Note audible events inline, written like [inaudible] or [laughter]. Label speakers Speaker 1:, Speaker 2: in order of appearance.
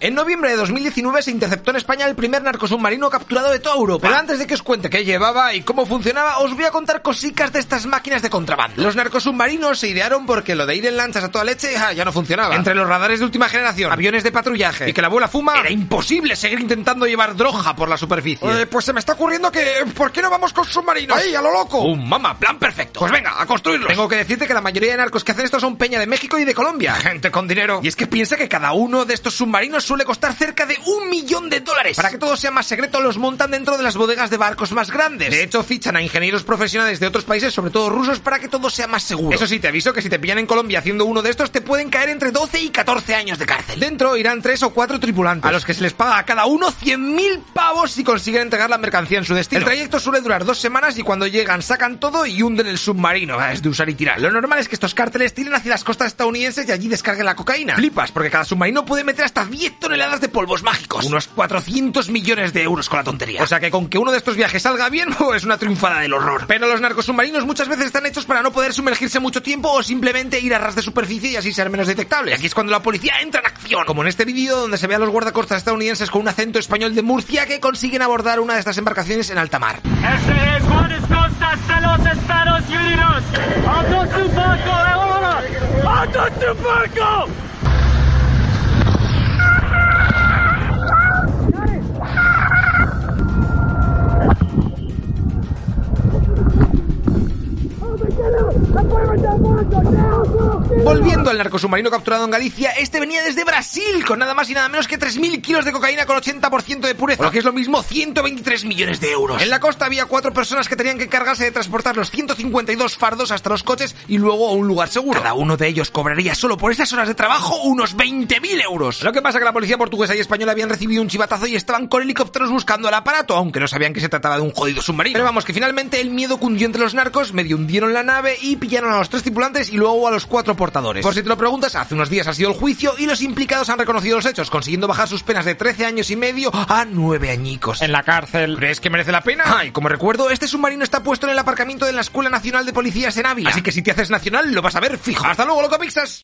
Speaker 1: En noviembre de 2019 se interceptó en España el primer narcosubmarino capturado de toda Europa. Pero antes de que os cuente qué llevaba y cómo funcionaba, os voy a contar cositas de estas máquinas de contrabando. Los narcosubmarinos se idearon porque lo de ir en lanchas a toda leche ja, ya no funcionaba. Entre los radares de última generación, aviones de patrullaje y que la abuela fuma, era imposible seguir intentando llevar droga por la superficie.
Speaker 2: Eh, pues se me está ocurriendo que... ¿Por qué no vamos con submarinos? ¡Ahí, a lo loco!
Speaker 1: Un mamá, plan perfecto. Pues venga, a construirlo. Tengo que decirte que la mayoría de narcos que hacen esto son peña de México y de Colombia. Gente con dinero. Y es que piensa que cada uno de estos submarinos suele costar cerca de un millón de dólares. Para que todo sea más secreto, los montan dentro de las bodegas de barcos más grandes. De hecho, fichan a ingenieros profesionales de otros países, sobre todo rusos, para que todo sea más seguro. Eso sí, te aviso que si te pillan en Colombia haciendo uno de estos, te pueden caer entre 12 y 14 años de cárcel. Dentro irán tres o cuatro tripulantes, a los que se les paga a cada uno 100.000 pavos si consiguen entregar la mercancía en su destino. El trayecto suele durar dos semanas y cuando llegan sacan todo y hunden el submarino. Ah, Es de usar y tirar. Lo normal es que estos cárteles tiren hacia las costas estadounidenses y allí descarguen la cocaína. Flipas, porque cada submarino puede meter hasta 10 toneladas de polvos mágicos. Unos 400 millones de euros con la tontería. O sea que con que uno de estos viajes salga bien, [laughs] oh, es una triunfada del horror. Pero los narcosubmarinos muchas veces están hechos para no poder sumergirse mucho tiempo o simplemente ir a ras de superficie y así ser menos detectable. Y aquí es cuando la policía entra en acción. Como en este vídeo donde se ve a los guardacostas estadounidenses con un acento español de Murcia que consiguen abordar una de estas embarcaciones en alta mar.
Speaker 3: Este es guardacostas de los Estados Unidos. ¡Alto tu barco, ahora! ¡Alto tu barco!
Speaker 1: Volviendo al narcosubmarino capturado en Galicia, este venía desde Brasil con nada más y nada menos que 3.000 kilos de cocaína con 80% de pureza, o lo que es lo mismo 123 millones de euros. En la costa había cuatro personas que tenían que encargarse de transportar los 152 fardos hasta los coches y luego a un lugar seguro. Cada uno de ellos cobraría solo por esas horas de trabajo unos 20.000 euros. Lo que pasa que la policía portuguesa y española habían recibido un chivatazo y estaban con helicópteros buscando al aparato, aunque no sabían que se trataba de un jodido submarino. Pero vamos, que finalmente el miedo cundió entre los narcos, medio hundieron la nave y pillaron a los tres tripulantes y luego a los cuatro portadores. Por si te lo preguntas, hace unos días ha sido el juicio y los implicados han reconocido los hechos, consiguiendo bajar sus penas de 13 años y medio a 9 añicos.
Speaker 2: En la cárcel.
Speaker 1: ¿Crees que merece la pena? Ay, como recuerdo, este submarino está puesto en el aparcamiento de la Escuela Nacional de Policías en Ávila. Así que si te haces nacional, lo vas a ver fijo. Hasta luego, loco Pixas.